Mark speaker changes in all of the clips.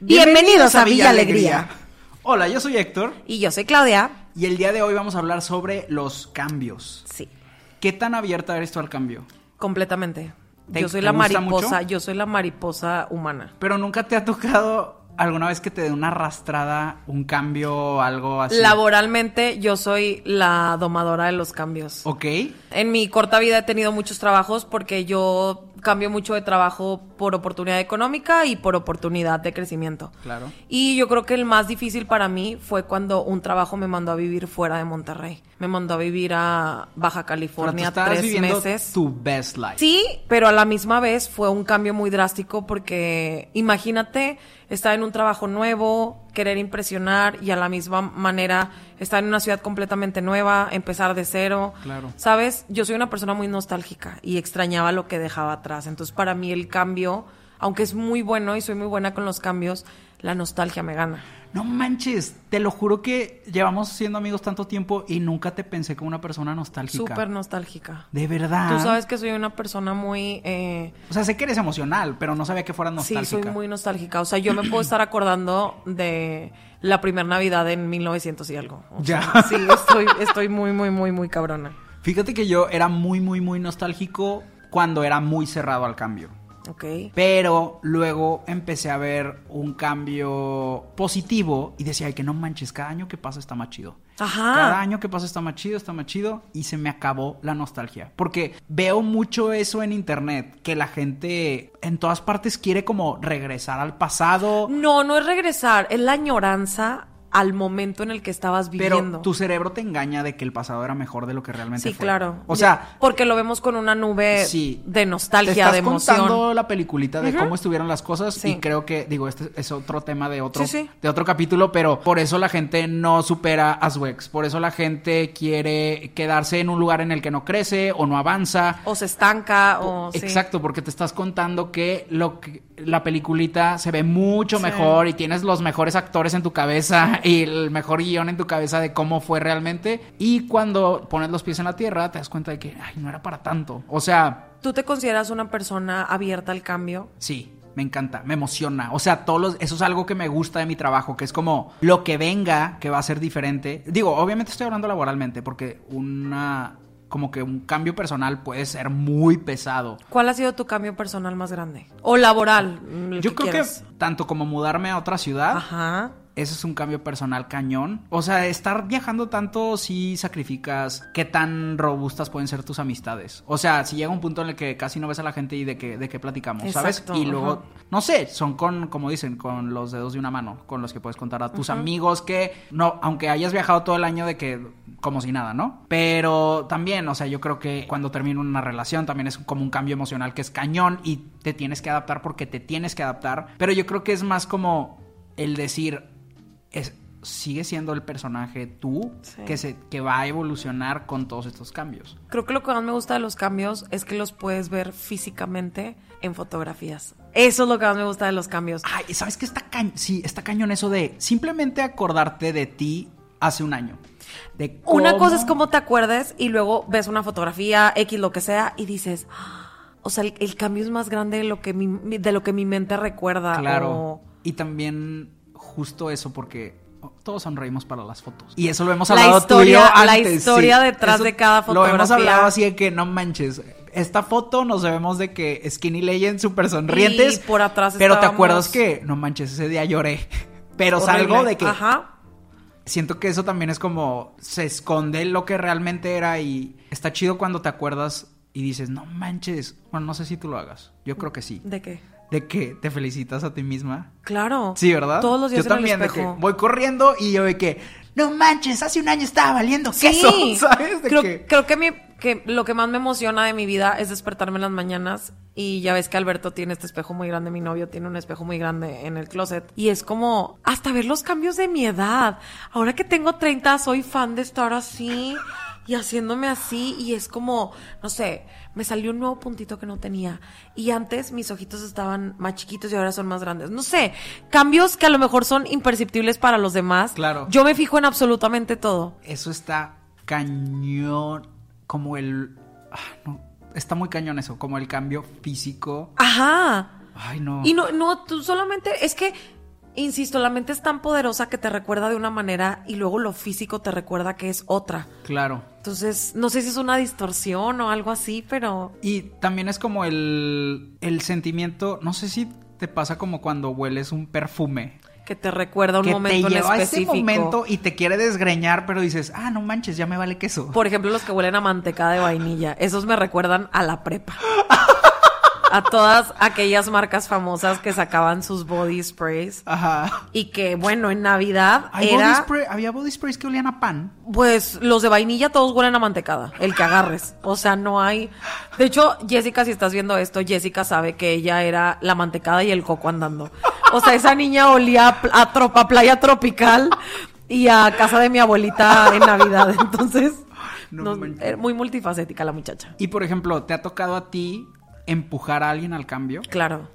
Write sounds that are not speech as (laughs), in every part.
Speaker 1: Bienvenidos a Villa Alegría.
Speaker 2: Hola, yo soy Héctor
Speaker 1: Y yo soy Claudia.
Speaker 2: y el día de hoy vamos a hablar sobre los cambios.
Speaker 1: Sí,
Speaker 2: ¿Qué tan abierta eres tú al cambio?
Speaker 1: completamente.
Speaker 2: ¿Te-
Speaker 1: Yo soy
Speaker 2: te
Speaker 1: la
Speaker 2: gusta
Speaker 1: mariposa,
Speaker 2: mucho?
Speaker 1: yo soy la mariposa humana.
Speaker 2: Pero nunca te ha tocado alguna vez que te dé una arrastrada, un cambio, algo así.
Speaker 1: Laboralmente, yo soy la domadora de los cambios.
Speaker 2: Ok.
Speaker 1: En mi corta vida he tenido muchos trabajos porque yo cambio mucho de trabajo por oportunidad económica y por oportunidad de crecimiento.
Speaker 2: Claro.
Speaker 1: Y yo creo que el más difícil para mí fue cuando un trabajo me mandó a vivir fuera de Monterrey. Me mandó a vivir a Baja
Speaker 2: Pero tú
Speaker 1: California
Speaker 2: estabas
Speaker 1: tres
Speaker 2: viviendo
Speaker 1: meses.
Speaker 2: tu best life.
Speaker 1: Sí, pero a la misma vez fue un cambio muy drástico porque imagínate estar en un trabajo nuevo, querer impresionar y a la misma manera estar en una ciudad completamente nueva, empezar de cero.
Speaker 2: Claro.
Speaker 1: Sabes, yo soy una persona muy nostálgica y extrañaba lo que dejaba atrás. Entonces para mí el cambio, aunque es muy bueno y soy muy buena con los cambios, la nostalgia me gana.
Speaker 2: No manches, te lo juro que llevamos siendo amigos tanto tiempo y nunca te pensé como una persona nostálgica.
Speaker 1: Súper nostálgica.
Speaker 2: De Ah. verdad.
Speaker 1: Tú sabes que soy una persona muy... eh,
Speaker 2: O sea, sé que eres emocional, pero no sabía que fueras nostálgica.
Speaker 1: Sí, soy muy nostálgica. O sea, yo me puedo estar acordando de la primera Navidad en 1900 y algo. O
Speaker 2: Ya.
Speaker 1: sea, sí, estoy, estoy muy, muy, muy, muy cabrona.
Speaker 2: Fíjate que yo era muy, muy, muy nostálgico cuando era muy cerrado al cambio.
Speaker 1: Ok.
Speaker 2: Pero luego empecé a ver un cambio positivo y decía, ay, que no manches, cada año que pasa está más chido.
Speaker 1: Ajá.
Speaker 2: Cada año que pasa está más chido, está más chido. Y se me acabó la nostalgia. Porque veo mucho eso en internet, que la gente en todas partes quiere como regresar al pasado.
Speaker 1: No, no es regresar, es la añoranza al momento en el que estabas
Speaker 2: Pero
Speaker 1: viviendo.
Speaker 2: tu cerebro te engaña de que el pasado era mejor de lo que realmente
Speaker 1: Sí,
Speaker 2: fue.
Speaker 1: claro.
Speaker 2: O sea,
Speaker 1: Porque lo vemos con una nube
Speaker 2: sí.
Speaker 1: de
Speaker 2: Te
Speaker 1: nostalgia,
Speaker 2: estás
Speaker 1: de emoción.
Speaker 2: contando la peliculita de cómo estuvieron las cosas
Speaker 1: Sí.
Speaker 2: y creo que, digo, este es otro tema de otro,
Speaker 1: Sí, sí.
Speaker 2: de otro capítulo, pero por eso la gente no supera a su ex, por eso la gente quiere quedarse en un lugar en el que no crece o no avanza.
Speaker 1: O se estanca, o... Oh, sí.
Speaker 2: Exacto, porque te estás contando que, lo que- la peliculita se ve mucho mejor y tienes los mejores actores en tu cabeza (laughs) y el mejor guión en tu cabeza de cómo fue realmente. Y cuando pones los pies en la tierra, te das cuenta de que, ay, no era para tanto. O sea,
Speaker 1: ¿Tú te consideras una persona abierta al cambio?
Speaker 2: Sí, me encanta, me emociona. O sea, todos los- eso es algo que me gusta de mi trabajo, que es como lo que venga que va a ser diferente. Digo, obviamente estoy hablando laboralmente, porque una como que un cambio personal puede ser muy pesado.
Speaker 1: ¿Cuál ha sido tu cambio personal más grande? O laboral. lo
Speaker 2: Yo creo
Speaker 1: quieras.
Speaker 2: que tanto como mudarme a otra ciudad,
Speaker 1: Ajá.
Speaker 2: Eso es un cambio personal cañón. O sea, estar viajando tanto si sacrificas qué tan robustas pueden ser tus amistades. O sea, si llega un punto en el que casi no ves a la gente y de qué, de qué platicamos,
Speaker 1: Exacto,
Speaker 2: ¿sabes? Y luego,
Speaker 1: ajá.
Speaker 2: no sé, son con, como dicen, con los dedos de una mano, con los que puedes contar a tus amigos que, no, aunque hayas viajado todo el año de que, como si nada, ¿no? Pero también, o sea, yo creo que cuando termina una relación también es como un cambio emocional que es cañón y te tienes que adaptar porque te tienes que adaptar. Pero yo creo que es más como el decir, es, sigue siendo el personaje tú
Speaker 1: Sí.
Speaker 2: que, se, que va a evolucionar con todos estos cambios.
Speaker 1: Creo que lo que más me gusta de los cambios es que los puedes ver físicamente en fotografías. Eso es lo que más me gusta de los cambios.
Speaker 2: Ay, ¿sabes qué está cañón? Sí, está cañón eso de simplemente acordarte de ti hace un año. De
Speaker 1: Una
Speaker 2: cómo-
Speaker 1: cosa es cómo te acuerdes y luego ves una fotografía, X, lo que sea, y dices, "Ah", o sea, el, el cambio es más grande de lo que mi, mi- de lo que mi mente recuerda.
Speaker 2: Claro.
Speaker 1: o-
Speaker 2: Y también justo eso, porque todos sonreímos para las fotos. Y eso lo hemos
Speaker 1: La
Speaker 2: hablado tú y yo
Speaker 1: historia- la
Speaker 2: antes,
Speaker 1: historia detrás
Speaker 2: Eso
Speaker 1: de cada
Speaker 2: Lo hemos
Speaker 1: fotografía.
Speaker 2: hablado así de que no manches. Esta foto nos vemos de que Skinny Legend súper sonrientes.
Speaker 1: Y por atrás
Speaker 2: Pero te
Speaker 1: estábamos-
Speaker 2: acuerdas que no manches, ese día lloré. (laughs) Pero
Speaker 1: horrible.
Speaker 2: salgo de que
Speaker 1: Ajá.
Speaker 2: siento que eso también es como se esconde lo que realmente era y está chido cuando te acuerdas y dices, no manches. Bueno, no sé si tú lo hagas. Yo creo que sí.
Speaker 1: ¿De qué?
Speaker 2: De que te felicitas a ti misma
Speaker 1: Claro.
Speaker 2: Sí, ¿verdad?
Speaker 1: Todos los días en
Speaker 2: yo
Speaker 1: el
Speaker 2: también, de
Speaker 1: espejo.
Speaker 2: que voy corriendo y yo de que, no manches, hace un año estaba valiendo queso, (laughs) ¿sabes? De
Speaker 1: creo,
Speaker 2: que,
Speaker 1: creo que mi que lo que más me emociona de mi vida es despertarme en las mañanas y ya ves que Alberto tiene este espejo muy grande, mi novio tiene un espejo muy grande en el closet y es como hasta ver los cambios de mi edad. Ahora que tengo 30 soy fan de estar así y haciéndome así y es como, no sé, me salió un nuevo puntito que no tenía y antes mis ojitos estaban más chiquitos y ahora son más grandes. No sé, cambios que a lo mejor son imperceptibles para los demás.
Speaker 2: Claro.
Speaker 1: Yo me fijo en absolutamente todo.
Speaker 2: Eso está cañón, como el... ah, no, está muy cañón eso, como el cambio físico. Ah.
Speaker 1: Ajá.
Speaker 2: Ay, no.
Speaker 1: Y no, no, tú solamente, es que, insisto, la mente es tan poderosa que te recuerda de una manera y luego lo físico te recuerda que es otra.
Speaker 2: Claro.
Speaker 1: Entonces, no sé si es una distorsión o algo así, pero...
Speaker 2: Y también es como el, el sentimiento, no sé si te pasa como cuando hueles un perfume.
Speaker 1: Que te recuerda un
Speaker 2: que
Speaker 1: momento
Speaker 2: te
Speaker 1: en
Speaker 2: lleva
Speaker 1: específico.
Speaker 2: a ese momento y te quiere desgreñar, pero dices, ah, no manches, ya me vale queso.
Speaker 1: Por ejemplo, los que huelen a mantecada de vainilla. Esos me recuerdan a la prepa. A todas aquellas marcas famosas que sacaban sus body sprays.
Speaker 2: Ajá.
Speaker 1: Y que, bueno, en Navidad
Speaker 2: Hay
Speaker 1: era...
Speaker 2: body spray- había body sprays que olían a pan.
Speaker 1: Pues los de vainilla todos huelen a mantecada, el que agarres. O sea, no hay. De hecho, Jessica, si estás viendo esto, Jessica sabe que ella era la mantecada y el coco andando. O sea, esa niña olía a, pl- a tropa, playa tropical y a casa de mi abuelita en Navidad. Entonces,
Speaker 2: No
Speaker 1: no,
Speaker 2: manches.
Speaker 1: era muy multifacética la muchacha.
Speaker 2: Y por ejemplo, ¿te ha tocado a ti empujar a alguien al cambio?
Speaker 1: Claro.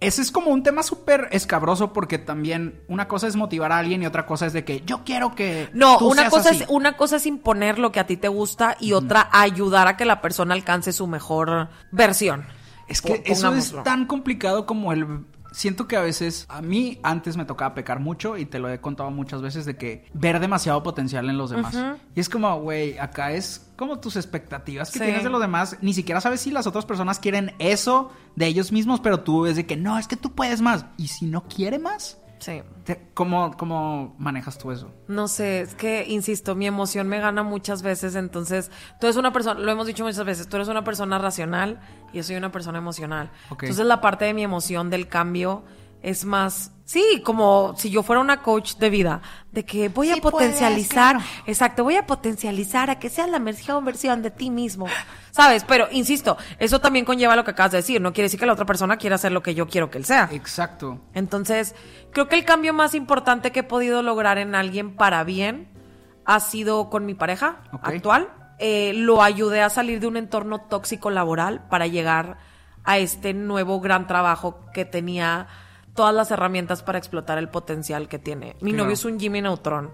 Speaker 2: Ese es como un tema súper escabroso porque también una cosa es motivar a alguien y otra cosa es de que yo quiero que...
Speaker 1: No,
Speaker 2: tú
Speaker 1: una
Speaker 2: seas
Speaker 1: cosa,
Speaker 2: así".
Speaker 1: es, una cosa es imponer lo que a ti te gusta y otra ayudar a que la persona alcance su mejor versión.
Speaker 2: Es que
Speaker 1: Po-
Speaker 2: eso es
Speaker 1: pongámoslo.
Speaker 2: tan complicado como el... Siento que a veces, a mí antes me tocaba pecar mucho y te lo he contado muchas veces de que ver demasiado potencial en los demás. Y es como, güey, acá es como tus expectativas que
Speaker 1: Sí.
Speaker 2: tienes de los demás. Ni siquiera sabes si las otras personas quieren eso de ellos mismos, pero tú es de que no, es que tú puedes más. Y si no quiere más,
Speaker 1: Sí.
Speaker 2: te- ¿cómo, cómo manejas tú eso?
Speaker 1: No sé, es que, insisto, mi emoción me gana muchas veces, entonces tú eres una persona, lo hemos dicho muchas veces, tú eres una persona racional y yo soy una persona emocional.
Speaker 2: Ok.
Speaker 1: Entonces la parte de mi emoción del cambio es más, sí, como si yo fuera una coach de vida, de que voy a
Speaker 2: Sí puedes,
Speaker 1: potencializar,
Speaker 2: claro.
Speaker 1: exacto, voy a potencializar a que seas la mejor versión de ti mismo, ¿sabes? Pero, insisto, eso también conlleva lo que acabas de decir, no quiere decir que la otra persona quiera hacer lo que yo quiero que él sea.
Speaker 2: Exacto.
Speaker 1: Entonces, creo que el cambio más importante que he podido lograr en alguien para bien ha sido con mi pareja
Speaker 2: Ok.
Speaker 1: actual. Eh, lo ayudé a salir de un entorno tóxico laboral para llegar a este nuevo gran trabajo que tenía todas las herramientas para explotar el potencial que tiene. Mi
Speaker 2: Claro.
Speaker 1: novio es un Jimmy
Speaker 2: (laughs)
Speaker 1: Neutron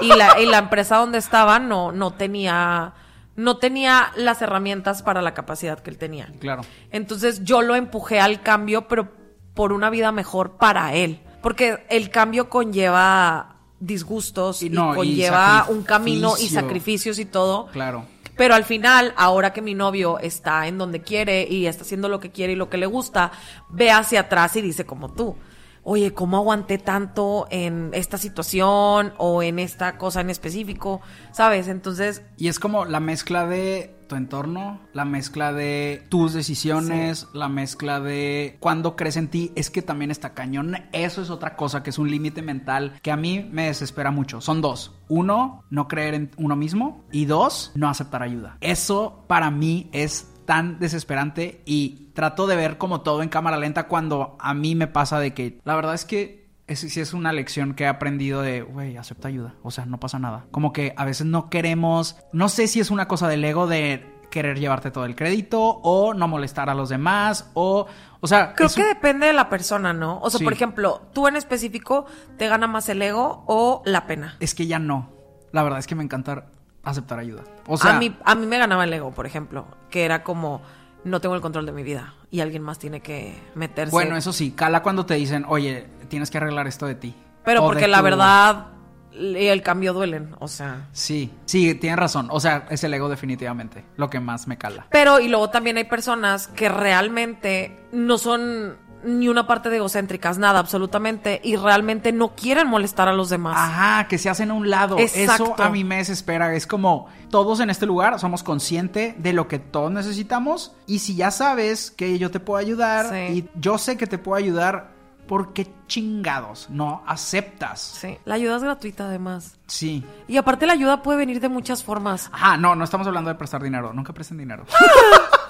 Speaker 1: y la, y la empresa donde estaba no, no tenía no tenía las herramientas para la capacidad que él tenía.
Speaker 2: Claro.
Speaker 1: Entonces yo lo empujé al cambio, pero por una vida mejor para él. Porque el cambio conlleva disgustos
Speaker 2: Y
Speaker 1: y,
Speaker 2: no, y
Speaker 1: conlleva un camino y
Speaker 2: sacrificio.
Speaker 1: sacrificios y todo.
Speaker 2: Claro.
Speaker 1: Pero al final, ahora que mi novio está en donde quiere y está haciendo lo que quiere y lo que le gusta, ve hacia atrás y dice como tú. Oye, ¿cómo aguanté tanto en esta situación o en esta cosa en específico? ¿Sabes? Entonces,
Speaker 2: Y es como la mezcla de tu entorno, la mezcla de tus decisiones, la mezcla de cuando crees en ti, es que también está cañón. Eso es otra cosa que es un límite mental que a mí me desespera mucho. Son dos. Uno, no creer en uno mismo y dos, no aceptar ayuda. Eso para mí es tan desesperante y trato de ver como todo en cámara lenta cuando a mí me pasa de que la verdad es que es, sí es una lección que he aprendido de, güey, acepta ayuda. O sea, no pasa nada. Como que a veces no queremos, no sé si es una cosa del ego de querer llevarte todo el crédito o no molestar a los demás o, o sea,
Speaker 1: Creo
Speaker 2: es
Speaker 1: que
Speaker 2: un-
Speaker 1: depende de la persona, ¿no? O sea,
Speaker 2: Sí.
Speaker 1: por ejemplo, tú en específico te gana más el ego o la pena.
Speaker 2: es que ya no. La verdad es que me encanta aceptar ayuda. O sea,
Speaker 1: a, mí, a mí me ganaba el ego, por ejemplo, que era como, no tengo el control de mi vida y alguien más tiene que meterse.
Speaker 2: bueno, eso sí, cala cuando te dicen, oye, tienes que arreglar esto de ti.
Speaker 1: Pero
Speaker 2: O de
Speaker 1: porque la
Speaker 2: tu-
Speaker 1: verdad y el cambio duelen, o sea.
Speaker 2: Sí, sí, tienes razón. O sea, es el ego definitivamente lo que más me cala.
Speaker 1: Pero, y luego también hay personas que realmente no son ni una parte de egocéntricas, nada, absolutamente, y realmente no quieren molestar a los demás.
Speaker 2: Ajá, que se hacen a un lado.
Speaker 1: Exacto.
Speaker 2: Eso a mí me desespera. Es como todos en este lugar somos conscientes de lo que todos necesitamos. Y si ya sabes que yo te puedo ayudar
Speaker 1: Sí.
Speaker 2: y yo sé que te puedo ayudar, ¿por qué chingados no aceptas?
Speaker 1: Sí. La ayuda es gratuita además.
Speaker 2: Sí.
Speaker 1: Y aparte la ayuda puede venir de muchas formas,
Speaker 2: Ajá, no, no estamos hablando de prestar dinero. Nunca
Speaker 1: (laughs)
Speaker 2: presten dinero.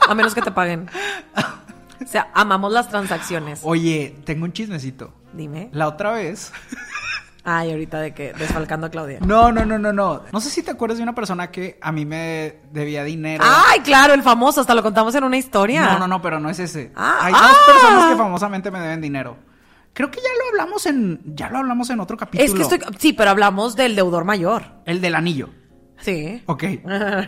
Speaker 1: a menos que te paguen. O sea, amamos las transacciones.
Speaker 2: Oye, tengo un chismecito.
Speaker 1: Dime.
Speaker 2: La otra vez.
Speaker 1: Ay, ahorita de que desfalcando a Claudia.
Speaker 2: No, no, no, no, no. No sé si te acuerdas de una persona que a mí me debía dinero.
Speaker 1: Ay, claro, el famoso, hasta lo contamos en una historia.
Speaker 2: No, no, no, pero no es ese.
Speaker 1: Ah,
Speaker 2: Hay
Speaker 1: ah.
Speaker 2: dos personas que famosamente me deben dinero. Creo que ya lo hablamos en. Ya lo hablamos en otro capítulo.
Speaker 1: Es que estoy. Sí, pero hablamos del deudor mayor.
Speaker 2: El del anillo.
Speaker 1: Sí.
Speaker 2: Ok.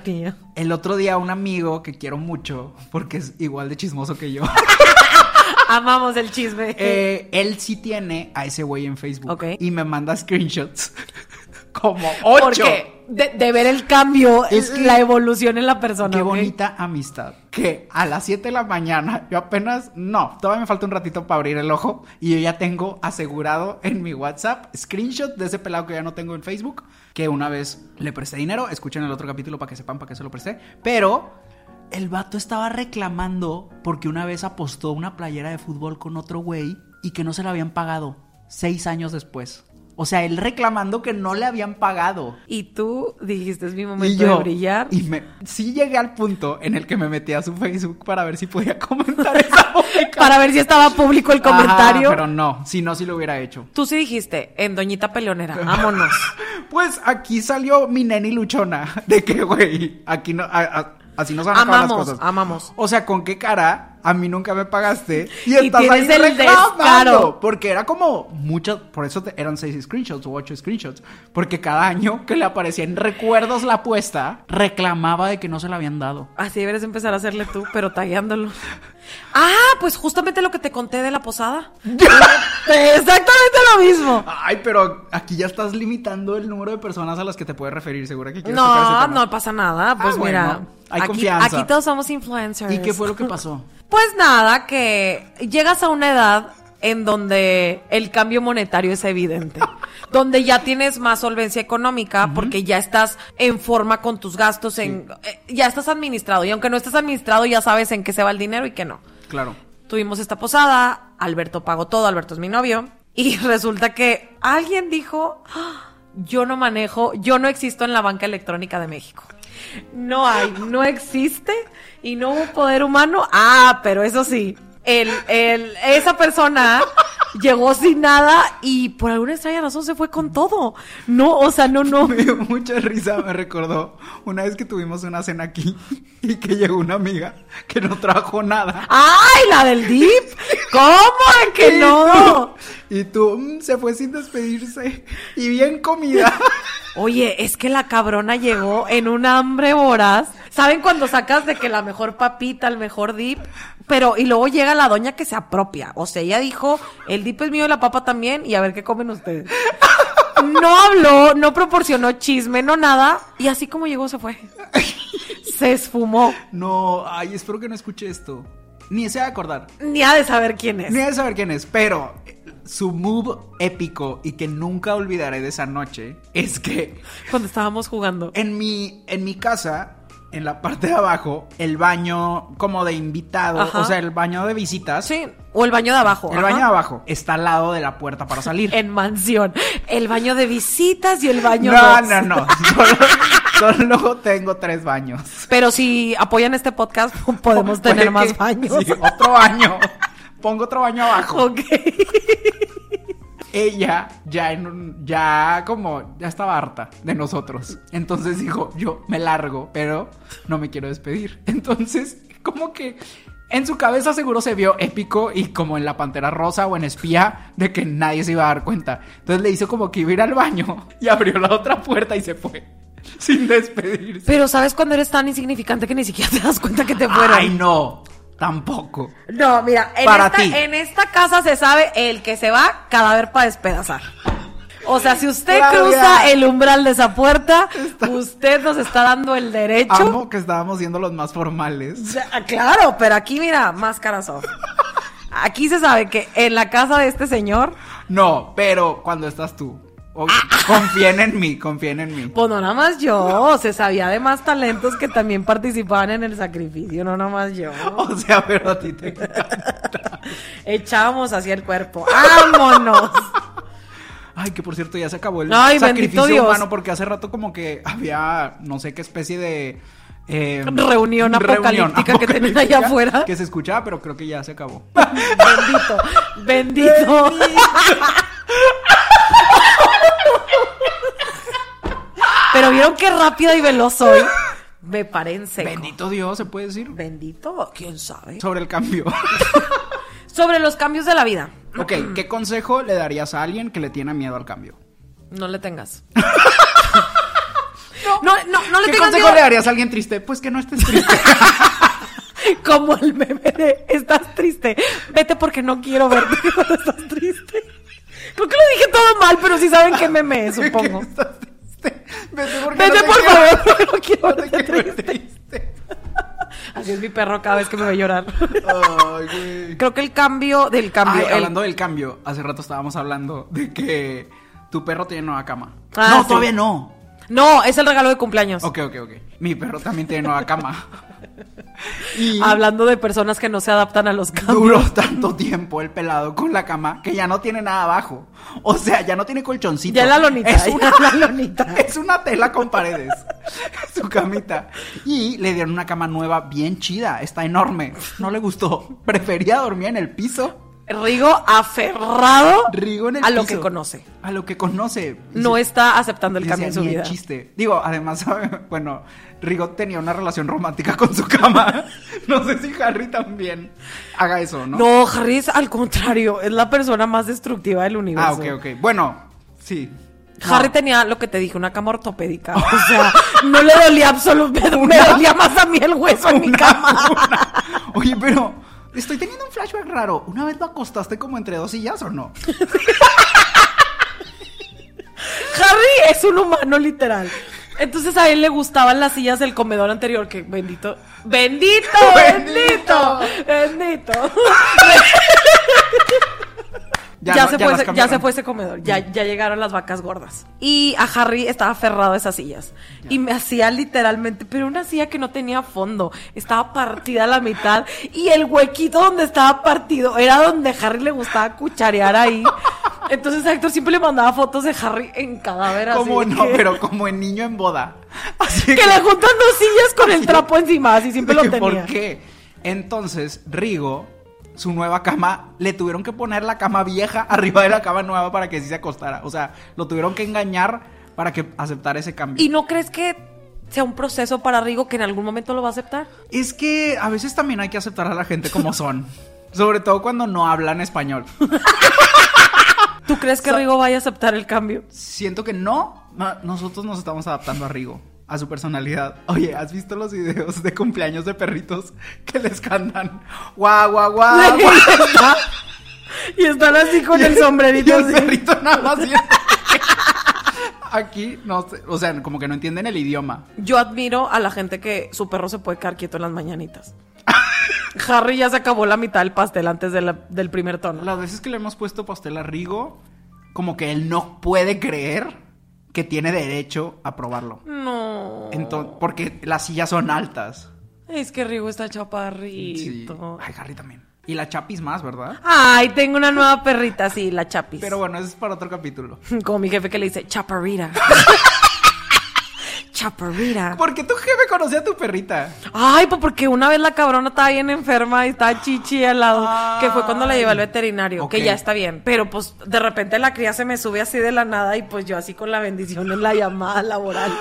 Speaker 1: Niño.
Speaker 2: El otro día un amigo que quiero mucho, porque es igual de chismoso que
Speaker 1: (laughs)
Speaker 2: yo.
Speaker 1: (laughs) Amamos el chisme.
Speaker 2: eh, él sí tiene a ese güey en Facebook.
Speaker 1: Ok.
Speaker 2: Y me manda screenshots. (laughs) Como ocho.
Speaker 1: Porque de, de ver el cambio,
Speaker 2: Es que-
Speaker 1: la evolución en la persona.
Speaker 2: Qué
Speaker 1: ¿ok?
Speaker 2: bonita amistad. Que a las 7 de la mañana yo apenas, no, todavía me falta un ratito para abrir el ojo y yo ya tengo asegurado en mi WhatsApp screenshot de ese pelado que ya no tengo en Facebook, que una vez le presté dinero, escuchen el otro capítulo para que sepan para qué se lo presté, pero el vato estaba reclamando porque una vez apostó una playera de fútbol con otro güey y que no se la habían pagado seis años después. O sea, él reclamando que no le habían pagado.
Speaker 1: Y tú dijiste, es mi
Speaker 2: Y
Speaker 1: momento
Speaker 2: yo,
Speaker 1: de brillar.
Speaker 2: Y (laughs) me, sí llegué al punto en el que me metí a su Facebook para ver si podía (laughs) comentar esa publicación.
Speaker 1: Para ver si estaba público el comentario.
Speaker 2: Ajá, pero no, si no, sí lo hubiera hecho.
Speaker 1: Tú sí dijiste, en Doñita
Speaker 2: (laughs)
Speaker 1: Peleonera, vámonos.
Speaker 2: Pues aquí salió mi neni luchona. (laughs) De que, güey, aquí no... a- a- así nos han acabado
Speaker 1: Amamos,
Speaker 2: las cosas.
Speaker 1: amamos.
Speaker 2: O sea, ¿con qué cara? A mí nunca me pagaste. Y,
Speaker 1: Y
Speaker 2: estás ahí
Speaker 1: tienes el
Speaker 2: reclamando.
Speaker 1: descaro.
Speaker 2: Porque era como muchas... Por eso te- eran seis screenshots o ocho screenshots. Porque cada año que le aparecían recuerdos la apuesta, reclamaba de que no se la habían dado.
Speaker 1: Así deberías empezar a hacerle tú, pero
Speaker 2: (laughs)
Speaker 1: tagueándolo. Ah, pues justamente lo que te conté de la
Speaker 2: (laughs)
Speaker 1: posada. Exactamente lo mismo.
Speaker 2: Ay, pero aquí ya estás limitando el número de personas a las que te puedes referir, segura que quieres tocar ese
Speaker 1: No,
Speaker 2: tema. Ah,
Speaker 1: no pasa nada. Pues mira,
Speaker 2: bueno, hay
Speaker 1: aquí,
Speaker 2: confianza.
Speaker 1: aquí todos somos influencers.
Speaker 2: ¿Y qué fue lo que pasó?
Speaker 1: (laughs) Pues nada, que llegas a una edad en donde el cambio monetario es
Speaker 2: (laughs)
Speaker 1: evidente, donde ya tienes más solvencia económica porque ya estás en forma con tus gastos, en, eh, ya estás administrado y aunque no estés administrado ya sabes en qué se va el dinero y qué no.
Speaker 2: Claro. (laughs)
Speaker 1: Tuvimos esta posada, Alberto pagó todo, Alberto es mi novio, y (laughs) resulta que alguien dijo, "Ah, yo no manejo, yo no existo en la banca electrónica de México. No hay, no existe y no hubo poder humano. Ah, pero eso sí, el, el- esa persona llegó sin nada y por alguna extraña razón se fue con todo. No, o sea, no, no.
Speaker 2: Me dio mucha risa, me recordó una vez que tuvimos una cena aquí (laughs) y que llegó una amiga que no trajo nada.
Speaker 1: ¡Ay, la del DIP! ¿Cómo? ¿Que
Speaker 2: Y
Speaker 1: ¡Ah, no?
Speaker 2: tú- Y tú mm, se fue sin despedirse y bien comida. (laughs)
Speaker 1: Oye, es que la cabrona llegó en un hambre voraz. ¿Saben cuando sacas de que la mejor papita, el mejor dip? Pero, y luego llega la doña que se apropia. O sea, ella dijo, el dip es mío y la papa también, y a ver qué comen ustedes. No habló, no proporcionó chisme, no nada. Y así como llegó, se fue. Se esfumó.
Speaker 2: No, ay, espero que no escuche esto. Ni se va a acordar.
Speaker 1: Ni ha de saber quién
Speaker 2: Ni
Speaker 1: es.
Speaker 2: de saber quién es, pero su move épico y que nunca olvidaré de esa noche es que
Speaker 1: Cuando estábamos jugando.
Speaker 2: en mi, en mi casa, en la parte de abajo, el baño como de invitado,
Speaker 1: Ajá.
Speaker 2: o sea, el baño de visitas,
Speaker 1: Sí, o el baño de abajo.
Speaker 2: el
Speaker 1: ajá.
Speaker 2: baño de abajo está al lado de la puerta para salir.
Speaker 1: En mansión. El baño de visitas y el baño
Speaker 2: no,
Speaker 1: dos.
Speaker 2: no, no, (laughs) solo, solo tengo tres baños.
Speaker 1: Pero si apoyan este podcast, (laughs) podemos
Speaker 2: Puede
Speaker 1: tener más
Speaker 2: que-
Speaker 1: baños.
Speaker 2: sí, otro baño. Pongo otro baño abajo.
Speaker 1: (laughs) Ok.
Speaker 2: ella ya en un, ya como ya estaba harta de nosotros. Entonces dijo, "Yo me largo, pero no me quiero despedir." (laughs) Entonces, como que en su cabeza seguro se vio épico y como en la Pantera Rosa o en Espía de que nadie se iba a dar cuenta. Entonces le hizo como que iba a ir al baño (laughs) y abrió la otra puerta y se fue (laughs) sin despedirse.
Speaker 1: Pero sabes cuando eres tan insignificante que ni siquiera te das cuenta que te fueron.
Speaker 2: Ay, no, tampoco.
Speaker 1: No, mira, en,
Speaker 2: Para
Speaker 1: esta,
Speaker 2: ti.
Speaker 1: en esta casa se sabe el que se va, cadáver para despedazar. O sea, si usted
Speaker 2: Claudia.
Speaker 1: cruza el umbral de esa puerta, usted nos está dando el derecho.
Speaker 2: Amo que estábamos siendo los más formales.
Speaker 1: Ya, Claro, pero aquí mira, máscaras off. Aquí se sabe que en la casa de este señor
Speaker 2: No, pero cuando estás tú. Ob- Confíen en mí, confíen en mí.
Speaker 1: Pues no nada más yo, se sabía de más talentos que también participaban en el sacrificio, no nada más yo.
Speaker 2: O sea, pero a ti te encanta.
Speaker 1: Echábamos hacia el cuerpo. ¡Vámonos!
Speaker 2: Ay, que por cierto ya se acabó el
Speaker 1: Ay, bendito
Speaker 2: sacrificio
Speaker 1: Dios.
Speaker 2: humano porque hace rato como que había no sé qué especie de eh,
Speaker 1: Reunión apocalíptica que tenían allá afuera.
Speaker 2: Que se escuchaba, pero creo que ya se acabó.
Speaker 1: Bendito, bendito. Pero vieron qué rápida y veloz soy. Me parecen.
Speaker 2: Bendito Dios, se puede decir.
Speaker 1: Bendito, quién sabe.
Speaker 2: Sobre el cambio. (laughs)
Speaker 1: Sobre los cambios de la vida.
Speaker 2: ok, ¿qué consejo le darías a alguien que le tiene miedo al cambio?
Speaker 1: No le
Speaker 2: (laughs)
Speaker 1: tengas. No, no, no, le
Speaker 2: ¿Qué
Speaker 1: tengas
Speaker 2: consejo
Speaker 1: miedo.
Speaker 2: le darías a alguien triste? Pues que no estés triste.
Speaker 1: (laughs) Como el meme de estás triste. Vete porque no quiero verte (laughs) cuando estás triste. Creo que lo dije todo mal, pero sí saben qué meme
Speaker 2: (laughs)
Speaker 1: es, supongo.
Speaker 2: Que estás triste. Vete porque
Speaker 1: Vete
Speaker 2: no te
Speaker 1: por
Speaker 2: quiero-
Speaker 1: favor, porque no quiero
Speaker 2: no te
Speaker 1: verte
Speaker 2: quiero ver
Speaker 1: triste.
Speaker 2: triste.
Speaker 1: Así es mi perro cada vez que me ve llorar.
Speaker 2: Ay,
Speaker 1: (laughs)
Speaker 2: güey.
Speaker 1: Creo que el cambio del cambio.
Speaker 2: Ah. Ay,
Speaker 1: el-
Speaker 2: hablando del cambio, hace rato estábamos hablando de que tu perro tiene nueva cama.
Speaker 1: Ah,
Speaker 2: no,
Speaker 1: sí.
Speaker 2: todavía no.
Speaker 1: No, es el regalo de cumpleaños.
Speaker 2: Ok, ok, ok. Mi perro también tiene nueva (laughs) cama. Y
Speaker 1: Hablando de personas que no se adaptan a los cambios.
Speaker 2: duró tanto tiempo el pelado con la cama que ya no tiene nada abajo. O sea, ya no tiene colchoncito.
Speaker 1: Ya es la lonita,
Speaker 2: Es
Speaker 1: ya
Speaker 2: una,
Speaker 1: es la lonita.
Speaker 2: (laughs) Es una tela con paredes. (laughs) su camita. Y le dieron una cama nueva bien chida. Está enorme. No le gustó. Prefería dormir en el piso.
Speaker 1: Rigo aferrado
Speaker 2: Rigo en el
Speaker 1: a lo
Speaker 2: piso.
Speaker 1: que conoce.
Speaker 2: A lo que conoce.
Speaker 1: No está aceptando el
Speaker 2: Decía,
Speaker 1: cambio en su
Speaker 2: "Ni de
Speaker 1: vida.
Speaker 2: chiste. Digo, además, (laughs) bueno, Rigo tenía una relación romántica con su cama. (laughs) No sé si Harry también haga eso, ¿no?
Speaker 1: No, Harry es al contrario, es la persona más destructiva del universo.
Speaker 2: Ah, ok, ok. Bueno, sí.
Speaker 1: Harry tenía lo que te dije, una cama ortopédica. O sea, no le dolía absolutamente, me dolía más a mí el hueso
Speaker 2: (laughs)
Speaker 1: en mi cama.
Speaker 2: Una- Oye, pero estoy teniendo un flashback raro. ¿Una vez lo acostaste como entre dos sillas o no?
Speaker 1: Harry es un humano literal. Entonces a él le gustaban las sillas del comedor anterior, que bendito. ¡Bendito! ¡Bendito! ¡Bendito! Ya,
Speaker 2: no-
Speaker 1: se, fue
Speaker 2: las
Speaker 1: ese, ya
Speaker 2: cambiaron.
Speaker 1: se fue ese comedor, ya, ya llegaron las vacas gordas. Y a Harry estaba aferrado a esas sillas. Y me hacía literalmente, pero una silla que no tenía fondo, estaba partida a la mitad y el huequito donde estaba partido era donde Harry le gustaba cucharear ahí. Entonces Héctor siempre le mandaba fotos de Harry en cadáver así.
Speaker 2: Como
Speaker 1: de
Speaker 2: no,
Speaker 1: que-
Speaker 2: pero como en niño
Speaker 1: (laughs)
Speaker 2: en boda. Así
Speaker 1: que le juntan dos sillas con el trapo encima, así siempre lo
Speaker 2: de que,
Speaker 1: tenía.
Speaker 2: ¿Por qué? Entonces, Rigo, su nueva cama, le tuvieron que poner la cama vieja (laughs) arriba de la cama nueva para que sí se acostara. O sea, lo tuvieron que engañar para que aceptara ese cambio.
Speaker 1: ¿Y no crees que sea un proceso para Rigo que en algún momento lo va a aceptar?
Speaker 2: Es que a veces también hay que aceptar a la gente
Speaker 1: (laughs)
Speaker 2: como son. Sobre todo cuando no hablan español.
Speaker 1: ¿Tú crees que Rigo vaya a aceptar el cambio?
Speaker 2: Siento que no, ma- nosotros nos estamos adaptando a Rigo, a su personalidad. Oye, ¿has visto los videos de cumpleaños de perritos que les cantan? ¡Guau, guau,
Speaker 1: (laughs)
Speaker 2: guau! guau"?
Speaker 1: y están así con el
Speaker 2: Ah, (laughs) Y
Speaker 1: sombrerito
Speaker 2: el
Speaker 1: así.
Speaker 2: perrito nada más y- (laughs) Aquí, no sé, o sea, como que no entienden el idioma.
Speaker 1: Yo admiro a la gente que su perro se puede quedar quieto en las
Speaker 2: (laughs)
Speaker 1: mañanitas. Harry ya se acabó la mitad del pastel antes de la- del primer tono.
Speaker 2: Las veces que le hemos puesto pastel a Rigo, como que él no puede creer que tiene derecho a probarlo.
Speaker 1: No.
Speaker 2: Entonces, porque las sillas son altas.
Speaker 1: Es que Rigo está
Speaker 2: Sí.
Speaker 1: chaparrito.
Speaker 2: Ay, Harry también. Y la Chapis más, ¿verdad?
Speaker 1: Ay, tengo una nueva perrita, sí, la Chapis.
Speaker 2: Pero bueno, eso es para otro capítulo.
Speaker 1: Como mi jefe que le dice,
Speaker 2: (laughs)
Speaker 1: chaparrita. chaparrita.
Speaker 2: ¿Por qué tu jefe conocía a tu perrita?
Speaker 1: Ay, pues porque una vez la cabrona estaba bien enferma y estaba chichi al lado, que fue cuando la llevé al veterinario,
Speaker 2: Ok.
Speaker 1: que ya está bien. Pero pues de repente la cría se me sube así de la nada y pues yo así con la bendición en la llamada laboral.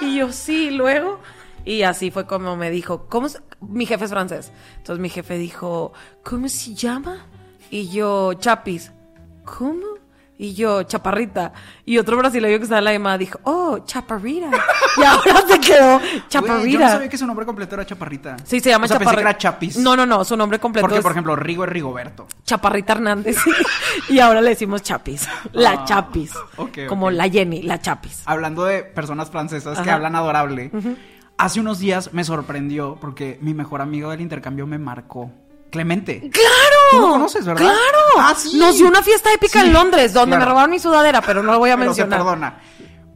Speaker 1: Y yo sí, luego. Y así fue como me dijo, ¿cómo se- Mi jefe es francés. Entonces mi jefe dijo, ¿cómo se llama? Y yo, Chapis, ¿cómo? Y yo, chaparrita. Y otro brasileño que estaba en la llamada dijo, oh, chaparrita. Y ahora se quedó chaparrita.
Speaker 2: Güey, Yo no sabía que su nombre completo era Chaparrita.
Speaker 1: Sí, se llama
Speaker 2: o sea, pensé
Speaker 1: Chaparri-
Speaker 2: que era Chapis.
Speaker 1: No, no, no, su nombre completo
Speaker 2: Porque,
Speaker 1: es
Speaker 2: por ejemplo, Rigo es Rigoberto.
Speaker 1: Chaparrita Hernández. (laughs) y ahora le decimos Chapis. La
Speaker 2: Ah,
Speaker 1: Chapis.
Speaker 2: ok,
Speaker 1: Como
Speaker 2: ok.
Speaker 1: la Jenny, la Chapis.
Speaker 2: hablando de personas francesas que
Speaker 1: Ajá.
Speaker 2: hablan adorable, hace unos días me sorprendió porque mi mejor amigo del intercambio me marcó. Clemente.
Speaker 1: ¡Claro!
Speaker 2: Tú lo conoces, ¿verdad?
Speaker 1: ¡Claro!
Speaker 2: Ah, sí.
Speaker 1: Nos dio una fiesta épica en
Speaker 2: Sí,
Speaker 1: Londres, donde me
Speaker 2: claro.
Speaker 1: robaron mi sudadera, pero no lo voy a
Speaker 2: Pero se
Speaker 1: mencionar.
Speaker 2: perdona.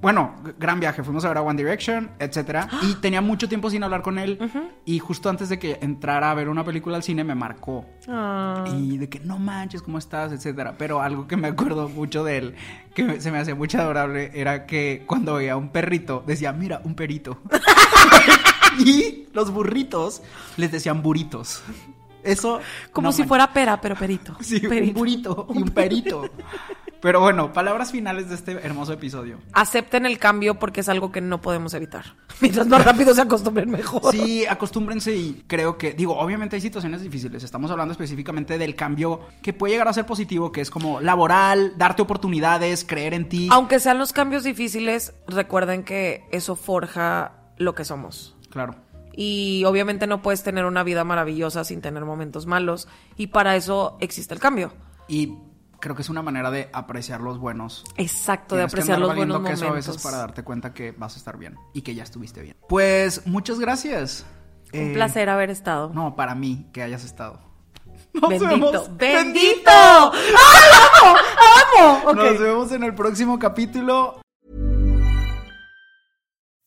Speaker 2: Bueno, g- gran viaje. Fuimos a ver a One Direction,
Speaker 1: (gasps)
Speaker 2: etcétera. Y tenía mucho tiempo sin hablar con él. Y justo antes de que entrara a ver una película al cine, me marcó.
Speaker 1: Ah,
Speaker 2: Y de que no manches, ¿cómo estás? etcétera. Pero algo que me acuerdo mucho de él, que me- se me hacía mucho adorable, era que cuando veía un perrito, decía, mira, un perito. (laughs) y los burritos les decían buritos. Eso.
Speaker 1: Como
Speaker 2: no
Speaker 1: si
Speaker 2: manches.
Speaker 1: fuera pera, pero (laughs) perito.
Speaker 2: Sí, un
Speaker 1: Perito.
Speaker 2: burrito y un perito. Pero bueno, palabras finales de este hermoso episodio.
Speaker 1: Acepten el cambio porque es algo que no podemos evitar. (laughs) Mientras más rápido se acostumbren, mejor.
Speaker 2: Sí, acostúmbrense y creo que, digo, obviamente hay situaciones difíciles. Estamos hablando específicamente del cambio que puede llegar a ser positivo, que es como laboral, darte oportunidades, creer en ti.
Speaker 1: Aunque sean los cambios difíciles, recuerden que eso forja lo que somos.
Speaker 2: Claro.
Speaker 1: Y obviamente no puedes tener una vida maravillosa sin tener momentos malos. Y para eso existe el cambio.
Speaker 2: Y creo que es una manera de apreciar los buenos.
Speaker 1: Exacto, de
Speaker 2: Tienes que
Speaker 1: apreciar
Speaker 2: andar
Speaker 1: los
Speaker 2: valiendo
Speaker 1: buenos
Speaker 2: queso a veces
Speaker 1: momentos.
Speaker 2: para darte cuenta que vas a estar bien y que ya estuviste bien. Pues muchas gracias.
Speaker 1: Un
Speaker 2: Eh,
Speaker 1: placer haber estado.
Speaker 2: No, para mí que hayas estado. (laughs) Nos
Speaker 1: bendito,
Speaker 2: vemos.
Speaker 1: bendito. ¡Ay, amo! ¡Amo! Ok.
Speaker 2: Nos vemos en el próximo capítulo.